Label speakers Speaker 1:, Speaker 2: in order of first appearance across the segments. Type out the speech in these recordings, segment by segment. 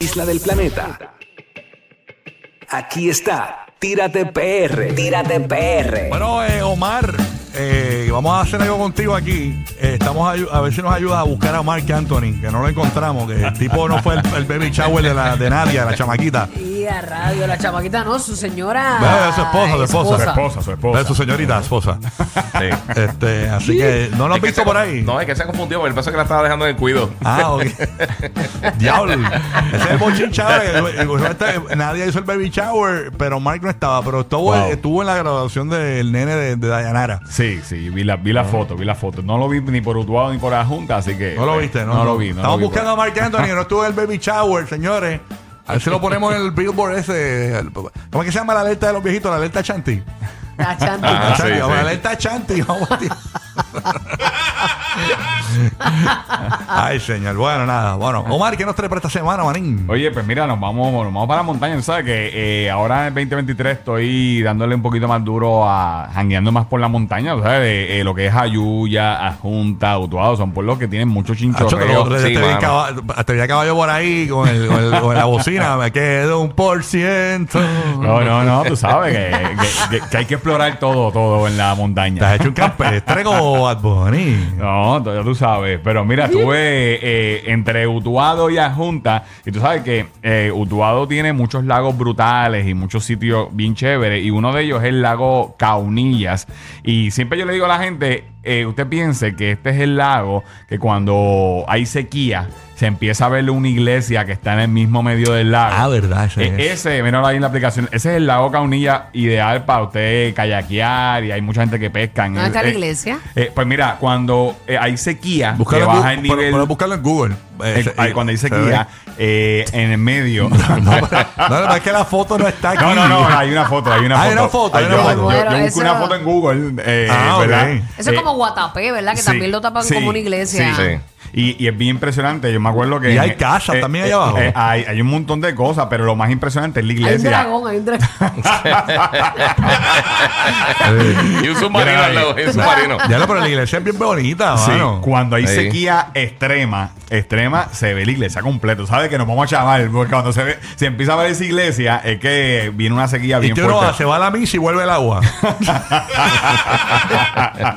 Speaker 1: Isla del Planeta. Aquí está. Tírate PR. Tírate PR.
Speaker 2: Bueno, eh, Omar, eh, vamos a hacer algo contigo aquí. Eh, estamos ayu- a ver si nos ayudas a buscar a Mark Anthony, que no lo encontramos, que el tipo no fue el, el baby shower de, la, de Nadia, la chamaquita.
Speaker 3: Y a radio, la chamaquita no, su señora.
Speaker 2: Bueno, su esposa, su esposa.
Speaker 4: Ah, Su esposa, su esposa.
Speaker 2: Es su señorita esposa. Este, así que, ¿no lo has
Speaker 4: Es que
Speaker 2: visto
Speaker 4: se
Speaker 2: por
Speaker 4: conf-
Speaker 2: ahí?
Speaker 4: No, es que se ha confundido. El paso que la estaba dejando en el cuido.
Speaker 2: Ah, ok. Diablo. Ese es el bochinchado. Nadie hizo el baby shower, pero Mark no estaba. Pero estuvo,
Speaker 4: Wow.
Speaker 2: estuvo en la graduación del nene de, de Dayanara.
Speaker 4: Sí, sí, vi la,
Speaker 2: Ah.
Speaker 4: vi la foto, vi la foto. No lo vi ni por Utuado ni por la Junta, así que.
Speaker 2: No lo viste, ¿no?
Speaker 4: Eh, pues, No, lo vi. no
Speaker 2: Estamos
Speaker 4: lo vi pues. por-
Speaker 2: buscando a Mark Anthony, no estuvo en el baby shower, señores. A ver si lo ponemos en el billboard ese. el- ¿Cómo es que se llama la alerta de los viejitos? La alerta Chanti.
Speaker 3: La chanti.
Speaker 4: Ah, sí,
Speaker 2: Chanti,
Speaker 4: sí.
Speaker 2: vamos, La alerta Chanti. vamos a ti- Ay, señor. Bueno, nada. Bueno, Omar, ¿qué nos trae para esta semana, Manín?
Speaker 4: Oye, pues mira, nos vamos, nos vamos para la montaña, ¿sabes? Que eh, ahora en 2023 estoy dándole un poquito más duro a jangueando más por la montaña, ¿sabes? De, eh, lo que es Ayuya, Ajunta, Utuado, son pueblos que tienen mucho
Speaker 2: Acho,
Speaker 4: chinchorreo.
Speaker 2: te lo- te-
Speaker 4: Sí,
Speaker 2: te vi
Speaker 4: mano.
Speaker 2: caballo- te vi a caballo por ahí con, el, con, el- con la bocina, me quedo un por ciento.
Speaker 4: No, no, no, tú sabes que, que- que- que hay que explorar todo, todo en la
Speaker 2: Te has
Speaker 4: montaña.
Speaker 2: hecho un campestre como Bad Bunny.
Speaker 4: No, tú- ya tú sabes. Pero mira, estuve eh, entre Utuado y Ajunta. Y tú sabes que eh, Utuado tiene muchos lagos brutales y muchos sitios bien chéveres. Y uno de ellos es el lago Caunillas. Y siempre yo le digo a la gente, eh, usted piense que este es el lago que cuando hay sequía se empieza a ver una iglesia que está en el mismo medio del lago.
Speaker 2: Ah, verdad, ese
Speaker 4: Eh,
Speaker 2: es.
Speaker 4: Ese, míralo ahí en la aplicación. Ese es el lago Caunilla ideal para usted kayakear y hay mucha gente que pesca. en
Speaker 3: ¿Dónde
Speaker 4: él.
Speaker 3: está la
Speaker 4: Eh,
Speaker 3: iglesia?
Speaker 4: eh, pues mira, cuando eh, hay sequía,
Speaker 2: Búscalo
Speaker 4: que
Speaker 2: en
Speaker 4: baja el
Speaker 2: Google, pero-
Speaker 4: nivel.
Speaker 2: pero búscalo en Google. Eh,
Speaker 4: eh,
Speaker 2: se-
Speaker 4: ay, cuando hay
Speaker 2: se
Speaker 4: sequía, eh, en el medio.
Speaker 2: No, pero- no, la verdad es que la foto no está aquí.
Speaker 4: No, no, no, hay una foto, hay una foto.
Speaker 2: Hay una foto, hay
Speaker 4: Ay,
Speaker 2: una
Speaker 4: yo-
Speaker 2: foto.
Speaker 4: yo-
Speaker 3: Bueno,
Speaker 4: Yo, busqué
Speaker 3: eso-
Speaker 4: una foto en Google, eh,
Speaker 2: Ah, ok.
Speaker 4: ¿verdad?
Speaker 3: Eso es
Speaker 4: Eh,
Speaker 3: como Guatapé, ¿verdad? Que
Speaker 4: sí,
Speaker 3: también lo tapan
Speaker 4: sí,
Speaker 3: como una iglesia.
Speaker 4: sí. Y, y es bien impresionante. Yo me acuerdo que. eh,
Speaker 2: Y hay casas también allá abajo.
Speaker 4: hay, hay un montón de cosas, pero lo más impresionante es la
Speaker 3: Hay un
Speaker 4: iglesia.
Speaker 3: dragón, hay un dragón.
Speaker 5: y un submarino al lado, y un submarino.
Speaker 2: Ya lo, pero la iglesia es bien bonita,
Speaker 4: Sí,
Speaker 2: mano.
Speaker 4: cuando hay
Speaker 5: Sí.
Speaker 4: sequía extrema, extrema, se ve la iglesia completa. ¿Sabes que nos vamos a chaval? Porque cuando se, ve, se empieza a ver esa iglesia, es que viene una sequía
Speaker 2: Y
Speaker 4: bien
Speaker 2: tú no
Speaker 4: fuerte.
Speaker 2: se va a la misa y vuelve el agua.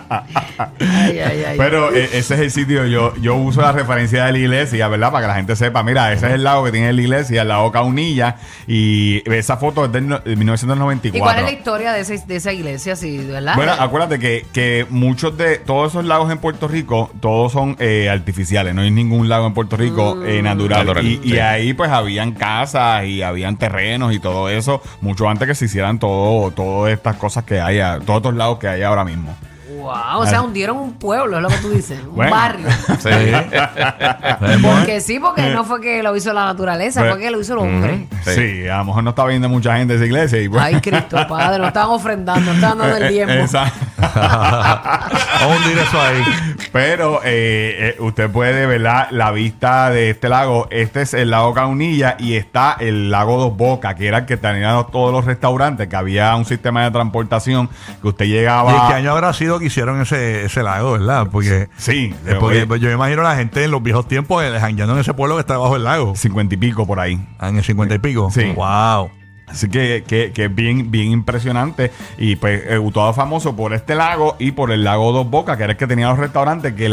Speaker 3: Ay, ay, ay.
Speaker 4: Pero eh, ese es el sitio, yo, yo uso la referencia de la iglesia, ¿verdad? Para que la gente sepa, mira, ese es el lago que tiene la iglesia, el lago Caunilla, y esa foto es del no- de
Speaker 3: ¿Y cuál
Speaker 4: 1994.
Speaker 3: es la historia de, ese- de esa iglesia, sí, verdad?
Speaker 4: Bueno, acuérdate que, que muchos de todos esos lagos en Puerto Rico, todos son eh, artificiales, no hay ningún lago en Puerto Rico eh, natural.
Speaker 5: Natural,
Speaker 4: y, y
Speaker 5: sí.
Speaker 4: ahí pues habían casas y habían terrenos y todo eso, mucho antes que se hicieran todo, todas estas cosas que hay, a- todos estos lagos que hay ahora mismo.
Speaker 3: wow, o sea, hundieron un pueblo, es lo que tú dices. Un
Speaker 4: Bueno.
Speaker 3: barrio.
Speaker 5: Sí.
Speaker 2: Eh,
Speaker 3: Porque sí, porque no fue que lo hizo la naturaleza,
Speaker 4: Pero-
Speaker 3: fue que lo hizo el hombre.
Speaker 4: Sí. a lo mejor no está viendo mucha gente esa iglesia y pues- eh,
Speaker 3: Ay, Cristo, padre, no estaban ofrendando, no estaban dando el diezmo.
Speaker 4: Esa-
Speaker 2: Vamos a hundir eso ahí.
Speaker 4: Pero eh, eh, usted puede ver la, la vista de este lago. Este es el lago Caunilla y está el lago Dos Bocas, que era el que tenían todos los restaurantes, que había un sistema de transportación que usted
Speaker 2: ¿Y en
Speaker 4: llegaba.
Speaker 2: qué año habrá sido que hicieron ese, ese lago, verdad? Porque,
Speaker 4: Sí,
Speaker 2: eh, porque yo me imagino a la gente en los viejos tiempos eh, jangueando en ese pueblo que está debajo del lago.
Speaker 4: 50 y pico por ahí.
Speaker 2: Ah, En el 50 y pico.
Speaker 4: Sí.
Speaker 2: Wow.
Speaker 4: Así que, que, que es bien, bien impresionante. Y pues eh, Utuado es famoso por este lago y por el lago Dos Bocas, que era el que tenía los restaurantes, que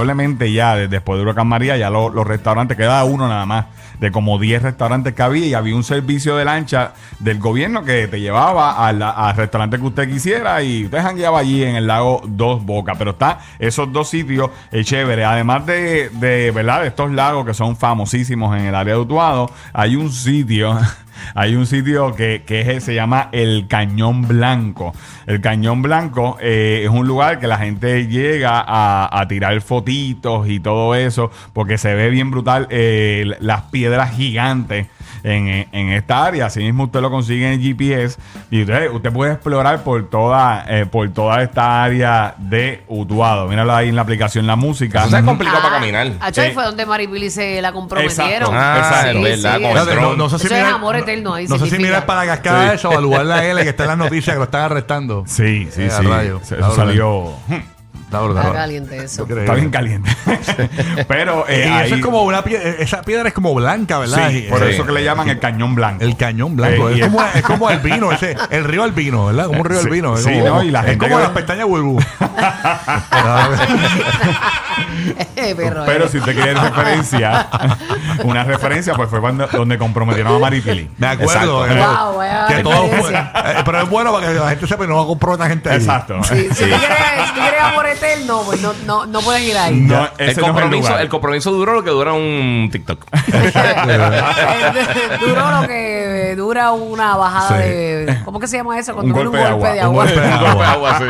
Speaker 4: lamentablemente ya de- después de Huracán María, ya lo- los restaurantes, quedaba uno nada más, de como 10 restaurantes que había, y había un servicio de lancha del gobierno que te llevaba al al restaurante que usted quisiera y usted jangueaba allí en el lago Dos Bocas. Pero está esos dos sitios eh, chéveres. Además de, de, ¿verdad? de estos lagos que son famosísimos en el área de Utuado, hay un sitio hay un sitio que, que es- se llama El Cañón Blanco. El Cañón Blanco eh, es un lugar que la gente llega a, a tirar fotitos y todo eso, porque se ve bien brutal eh, las piedras gigantes en, en- en esta área. Así mismo usted lo consigue en el GPS y usted, usted puede explorar por toda, eh, por toda esta área de Utuado. Míralo ahí en la aplicación La Música.
Speaker 5: Eso se complicó
Speaker 3: Ah,
Speaker 5: para caminar.
Speaker 3: acho, ahí
Speaker 4: Eh,
Speaker 3: fue donde Maripili se la comprometieron.
Speaker 4: Exacto.
Speaker 5: Ah,
Speaker 4: Exacto.
Speaker 5: es verdad, con
Speaker 2: Fíjate,
Speaker 5: Trump.
Speaker 2: no, no sé si
Speaker 3: Eso es
Speaker 2: mira-
Speaker 3: amor
Speaker 2: no-
Speaker 3: eterno, ahí
Speaker 2: No sé si
Speaker 3: significa.
Speaker 2: miras para cascar eso o al lugar la L que está en las noticias que lo están arrestando.
Speaker 4: Sí, sí,
Speaker 2: Eh,
Speaker 4: sí.
Speaker 2: rayo.
Speaker 4: Eso
Speaker 2: Está
Speaker 4: salió.
Speaker 2: Está brutal.
Speaker 3: Está caliente eso.
Speaker 2: Increíble.
Speaker 4: Está bien caliente. Pero
Speaker 2: Y
Speaker 4: eh,
Speaker 2: eso
Speaker 4: ahí-
Speaker 2: es como una piedra, esa piedra es como blanca, ¿verdad?
Speaker 4: Sí,
Speaker 2: Y-
Speaker 4: por
Speaker 2: eh,
Speaker 4: eso que le llaman el cañón blanco.
Speaker 2: El cañón blanco.
Speaker 4: Eh, y
Speaker 2: es, como,
Speaker 4: el-
Speaker 2: es como el vino, ese, el río albino, ¿verdad? Como un río
Speaker 4: Sí,
Speaker 2: albino. es
Speaker 4: sí,
Speaker 2: como,
Speaker 4: ¿no? Y la
Speaker 2: es
Speaker 4: gente
Speaker 2: como
Speaker 4: que-
Speaker 2: las pestañas Bulbu.
Speaker 3: Eh, perro,
Speaker 4: Pero
Speaker 3: eh.
Speaker 4: si usted quiere referencia, una referencia, pues fue cuando, donde comprometieron a Maripili.
Speaker 2: Me
Speaker 4: Exacto.
Speaker 2: acuerdo. eh,
Speaker 3: Wow, vaya
Speaker 2: que todo fue-
Speaker 3: diferencia.
Speaker 2: eh, pero es bueno para que la gente sepa y no va a comprar otra
Speaker 4: eh,
Speaker 2: gente ahí.
Speaker 4: Exacto.
Speaker 3: Sí, Si, tú quieres, si tú quieres amor eterno, pues no, no, no puedes ir ahí.
Speaker 4: No,
Speaker 5: El
Speaker 4: ese no es
Speaker 5: compromiso,
Speaker 4: lugar.
Speaker 5: el compromiso duró lo que dura un TikTok.
Speaker 3: Eh, Duró lo que eh, dura una bajada
Speaker 2: Sí.
Speaker 3: de. ¿Cómo que se llama eso?
Speaker 4: Un
Speaker 3: Cuando dura
Speaker 4: golpe de agua, un
Speaker 2: golpe de
Speaker 5: Un golpe de agua así.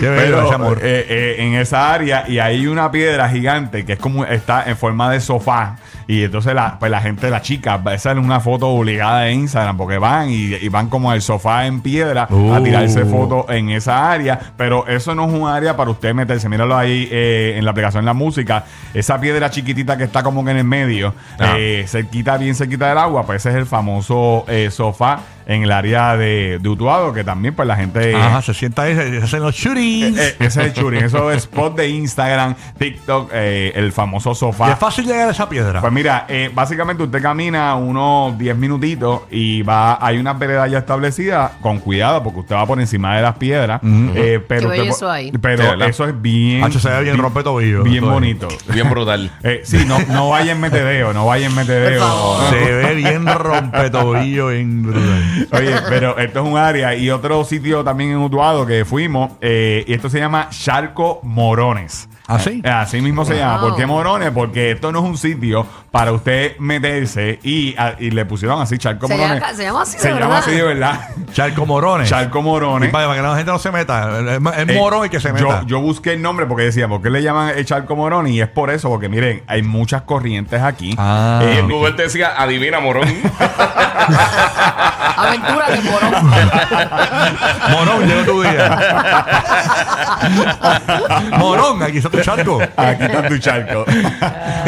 Speaker 2: Qué bello
Speaker 4: Pero,
Speaker 2: ese amor.
Speaker 4: eh, eh, en esa área y hay una piedra gigante que es como está en forma de sofá y entonces la, pues la gente, la chica, esa es una foto obligada de Instagram porque van y, y van como el sofá en piedra a
Speaker 2: Uh.
Speaker 4: tirarse fotos en esa área, pero eso no es un área para usted meterse, míralo ahí eh, en la aplicación La Música, esa piedra chiquitita que está como que en el medio,
Speaker 5: Ah.
Speaker 4: eh, cerquita, bien cerquita del agua, pues ese es el famoso eh, sofá en el área de, de Utuado que también pues la gente...
Speaker 2: Ajá, se sienta ahí, se se hacen los shootings.
Speaker 4: Eh, ese es el churing, eso es spot de Instagram, TikTok, eh, el famoso
Speaker 2: Y es
Speaker 4: sofá.
Speaker 2: fácil llegar a esa piedra.
Speaker 4: Pues mira, eh, básicamente usted camina unos 10 minutitos y va, hay unas veredas ya establecidas, con cuidado, porque usted va por encima de las piedras. eh, pero
Speaker 3: Qué
Speaker 4: usted
Speaker 3: bello
Speaker 4: po-
Speaker 3: eso ahí.
Speaker 4: Pero
Speaker 5: Sí, ¿verdad?
Speaker 4: eso es bien.
Speaker 2: Hacho, se ve bien rompe tobillo.
Speaker 4: Bien
Speaker 2: Todo ahí.
Speaker 4: bonito.
Speaker 5: Bien brutal.
Speaker 4: Eh, sí, no, no vaya en metedeo, no vaya en metedeo.
Speaker 3: Por favor.
Speaker 2: Se ve bien rompetobillo, bien brutal.
Speaker 4: Oye, pero esto es un área y otro sitio también en Utuado que fuimos, eh, y esto se llama Charco Morones.
Speaker 2: ¿Ah, sí?
Speaker 4: Eh, Así mismo se llama. ¿Por qué Morones? Porque esto no es un sitio para usted meterse y, a- y le pusieron así Charco
Speaker 3: Se
Speaker 4: Morones.
Speaker 3: llama- se llama así de
Speaker 4: Se llama
Speaker 3: verdad.
Speaker 4: así de verdad.
Speaker 2: Charco Morones.
Speaker 4: Charco
Speaker 2: Y
Speaker 4: Morones.
Speaker 2: para, para que la gente no se meta. Es, es
Speaker 4: Eh,
Speaker 2: moro el que se meta.
Speaker 4: Yo, yo busqué el nombre porque decía, ¿por qué le llaman el Charco Morones? Y es por eso, porque miren, hay muchas corrientes aquí.
Speaker 2: Ah.
Speaker 5: Y
Speaker 4: Eh,
Speaker 5: en Google te decía, adivina, morón.
Speaker 3: Aventura de morón.
Speaker 2: Morón, llegó tu día. Morón, aquí está tu charco.
Speaker 4: Aquí está tu charco.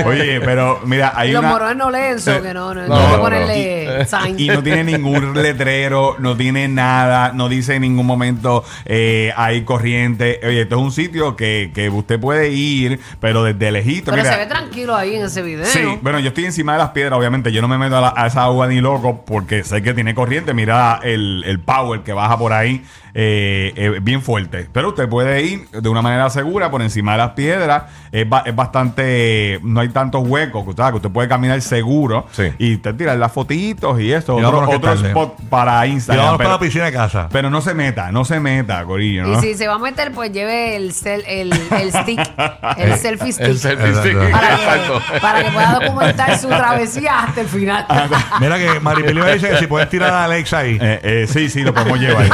Speaker 4: Oye, pero mira, hay
Speaker 3: Y los
Speaker 4: una-
Speaker 3: morones no leen eso,
Speaker 4: Eh,
Speaker 3: que no, no,
Speaker 5: no,
Speaker 3: no hay que
Speaker 5: no, no.
Speaker 3: ponerle sign.
Speaker 4: Y no tiene ningún letrero, no tiene nada, no dice en ningún momento eh, hay corriente. Oye, esto es un sitio que, que usted puede ir, pero desde lejito.
Speaker 3: pero
Speaker 4: mira.
Speaker 3: se ve tranquilo ahí en ese video.
Speaker 4: Sí, bueno, yo estoy encima de las piedras, obviamente. Yo no me meto a, la- a esa agua ni loco porque sé que tiene corriente. Mira el, el power que baja por ahí, eh, eh, bien fuerte. Pero usted puede ir de una manera segura por encima de las piedras. Es, ba- es bastante. No hay tantos huecos, que usted, que usted puede caminar seguro
Speaker 5: Sí.
Speaker 4: y usted tirar las fotitos y esto.
Speaker 2: Y
Speaker 4: otro
Speaker 2: vámonos que
Speaker 4: otro
Speaker 2: tarde.
Speaker 4: spot para
Speaker 2: Y
Speaker 4: Instagram.
Speaker 2: vamos para la
Speaker 4: pero,
Speaker 2: piscina de casa.
Speaker 4: pero no se meta, no se meta, Corillo.
Speaker 3: Y
Speaker 4: ¿no?
Speaker 3: si se va a meter, pues lleve el, cel- el, el stick, el selfie stick.
Speaker 5: este El selfie stick.
Speaker 3: para,
Speaker 5: Exacto.
Speaker 3: que, para que pueda documentar su travesía hasta el final.
Speaker 2: Mira que Maripili me dice que si puedes tirar a Alexa ahí.
Speaker 4: Eh, eh, sí, sí, lo podemos llevar. Eh,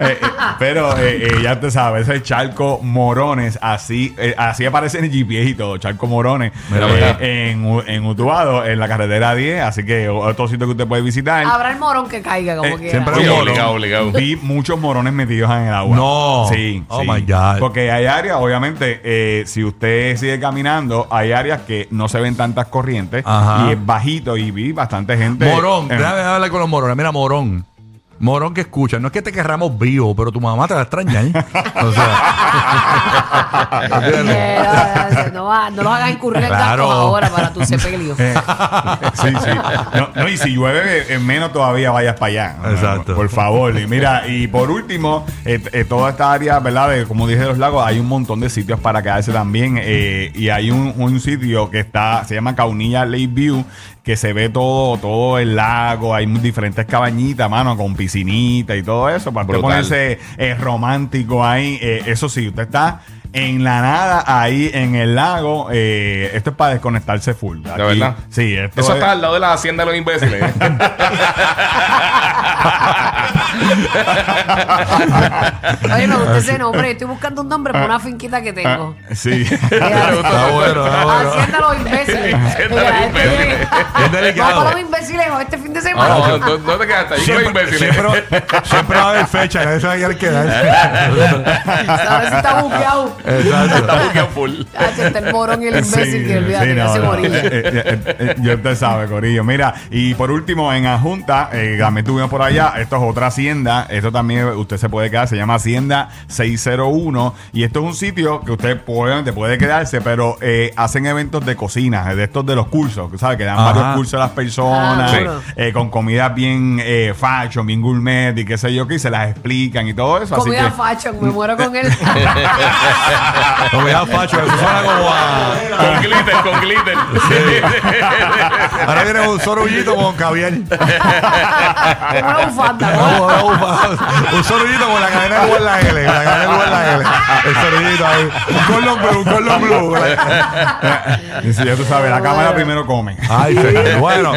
Speaker 4: eh, pero eh, eh, ya te sabes, ese es Charco Morones, así eh, así aparece en el GPS y todo, Charco Morones,
Speaker 5: Mira,
Speaker 4: eh,
Speaker 5: mira.
Speaker 4: en, U- en Utuado, en la carretera 10, así que o- otro sitio que usted puede visitar.
Speaker 3: Habrá el morón que caiga, como
Speaker 4: Eh,
Speaker 3: quiera.
Speaker 4: siempre
Speaker 5: Oye,
Speaker 4: hay un morón.
Speaker 5: obligado, obligado.
Speaker 4: Vi muchos morones metidos en el agua.
Speaker 2: No.
Speaker 4: Sí.
Speaker 2: Oh
Speaker 4: sí.
Speaker 2: my God.
Speaker 4: Porque hay áreas, obviamente, eh, si usted sigue caminando, hay áreas que no se ven tantas corrientes
Speaker 2: Ajá.
Speaker 4: y es bajito y vi bastante gente.
Speaker 2: Morón,
Speaker 4: en-
Speaker 2: déjame hablar con los morones. Mira, morón. Morón que escucha. No es que te querramos vivo, pero tu mamá te va a extrañar. O sea. ¿entiendes?
Speaker 3: Eh, no, va- no los hagas incurrir en gastos
Speaker 2: Claro.
Speaker 3: ahora para tu sepelio.
Speaker 4: Eh, sí, sí. No, no, y si llueve, eh, menos todavía vayas para allá. No,
Speaker 2: Exacto.
Speaker 4: Por favor. Y mira, y por último, eh, eh, toda esta área, ¿verdad? De, como dije, de los lagos, hay un montón de sitios para quedarse también. eh, y hay un, un sitio que está, se llama Caunilla Lakeview, que se ve todo, todo el lago. Hay muy diferentes cabañitas, mano, con piscinita y todo eso. Para usted
Speaker 5: Brutal.
Speaker 4: ponerse eh, romántico ahí. Eh, eso sí, usted está en la nada, ahí en el lago. eh, esto es para desconectarse full. Aquí-
Speaker 5: verdad?
Speaker 4: Sí, esto
Speaker 5: Eso
Speaker 4: es-
Speaker 5: está al lado de la hacienda de los imbéciles. ¿eh?
Speaker 3: Oye, me gusta ese nombre. Yo estoy buscando un nombre para una finquita que
Speaker 4: Ah,
Speaker 3: tengo.
Speaker 4: Sí.
Speaker 2: Está bueno, está bueno.
Speaker 3: Hacienda los imbéciles.
Speaker 5: Hacienda los
Speaker 3: Mira, este-
Speaker 5: imbéciles.
Speaker 2: Es delicado.
Speaker 3: Vamos a los imbéciles este fin de semana.
Speaker 5: Ah, No, no, no te quedaste ahí con los
Speaker 2: Siempre,
Speaker 5: imbéciles.
Speaker 2: siempre, siempre va a haber fecha, ya eso hay que quedarse.
Speaker 3: A ver si está buqueado.
Speaker 2: Exacto.
Speaker 5: Está buqueado full.
Speaker 3: Ah, está el morón y el imbécil
Speaker 4: Sí,
Speaker 3: que olvídate
Speaker 4: sí,
Speaker 3: que
Speaker 4: no,
Speaker 3: se
Speaker 4: no.
Speaker 3: moría.
Speaker 4: Eh, eh, eh, eh, Ya usted sabe, Corillo. Mira, y por último, en Ajunta, eh, también estuvimos por allá. Esto es otra hacienda. Esto también usted se puede quedar. Se llama Hacienda 601. Y esto es un sitio que usted pues, obviamente puede quedarse, pero eh, hacen eventos de cocina, eh, de estos de los cursos, que sabe que dan
Speaker 2: Ajá.
Speaker 4: varios cursos a las personas,
Speaker 3: Ah, duro.
Speaker 4: eh, con comida bien eh, fashion, bien gourmet y qué sé yo, que se las explican y todo eso. Así
Speaker 3: Comida
Speaker 4: que,
Speaker 3: fashion, me muero con él.
Speaker 2: No me da facho, eso suena como a.
Speaker 5: Con glitter, con glitter.
Speaker 2: Ahora viene un sorullito con caviar.
Speaker 3: Como una bufanda. ¿no?
Speaker 2: Vamos, vamos, vamos. Un sorullito con la cadena de la L. La cadena de la L. El sorullito ahí. Un cordón blue, un cordón blue.
Speaker 4: Sí, ya tú sabes,
Speaker 3: Ah,
Speaker 4: la cámara primero come.
Speaker 2: Ay, señor. Bueno,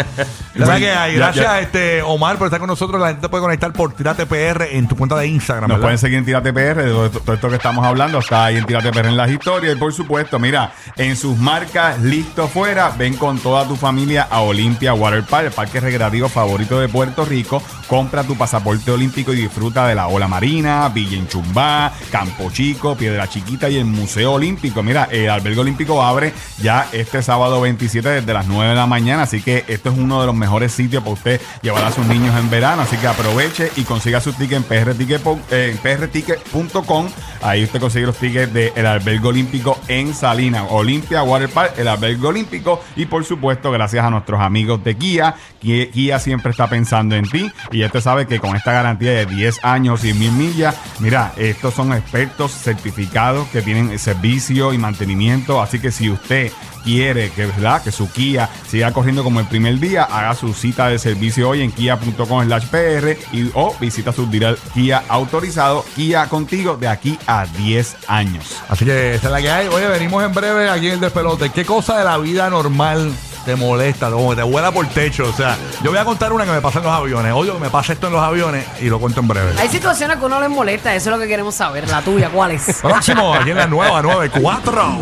Speaker 2: ¿sabes qué hay?
Speaker 4: Ya,
Speaker 2: Gracias
Speaker 4: ya.
Speaker 2: a este Omar por estar con nosotros. La gente te puede conectar por Tirate PR en tu cuenta de Instagram.
Speaker 4: Nos
Speaker 2: ¿verdad?
Speaker 4: pueden seguir en Tírate PR, de todo esto- todo esto que estamos hablando está ahí en Tírate PR en las historias. Y por supuesto, mira, en sus marcas, listo fuera, ven con toda tu familia a Olimpia Water Park, el parque recreativo favorito de Puerto Rico. Compra tu pasaporte olímpico y disfruta de la ola marina, Villa Enchumbá, Campo Chico, Piedra Chiquita y el Museo Olímpico. Mira, el albergue olímpico abre ya este sábado 27 desde las 9 de la mañana, así que esto es uno de los mejores sitios para usted llevar a sus niños en verano, así que aproveche y consiga su ticket en prticket po- eh, en prticket.com. Ahí usted consigue los tickets del albergue olímpico en Salinas, Olimpia Water Park, el albergue olímpico y por supuesto gracias a nuestros amigos de Kia, que Kia siempre está pensando en ti y ya te sabe que con esta garantía de 10 años y mil millas, mira, estos son expertos certificados que tienen servicio y mantenimiento, así que si usted quiere que, ¿verdad? que su Kia siga corriendo como el primer día, haga su cita de servicio hoy en kia.com slash PR y, o visita su dealer Kia autorizado, Kia contigo de aquí a 10 años.
Speaker 2: Así que esa es la que hay. Oye, venimos en breve aquí en el despelote. ¿Qué cosa de la vida normal te molesta? Como que te vuela por techo. O sea, yo voy a contar una que me pasa en los aviones. Oye, me pasa esto en los aviones y lo cuento en breve.
Speaker 3: Hay situaciones que a uno les molesta, eso es lo que queremos saber. La tuya, ¿cuál es?
Speaker 2: Próximo, aquí en la nueva 94.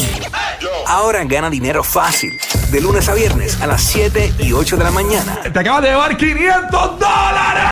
Speaker 1: Ahora gana dinero fácil. De lunes a viernes a las 7 y 8 de la mañana.
Speaker 2: Te acabas de llevar 500 dólares.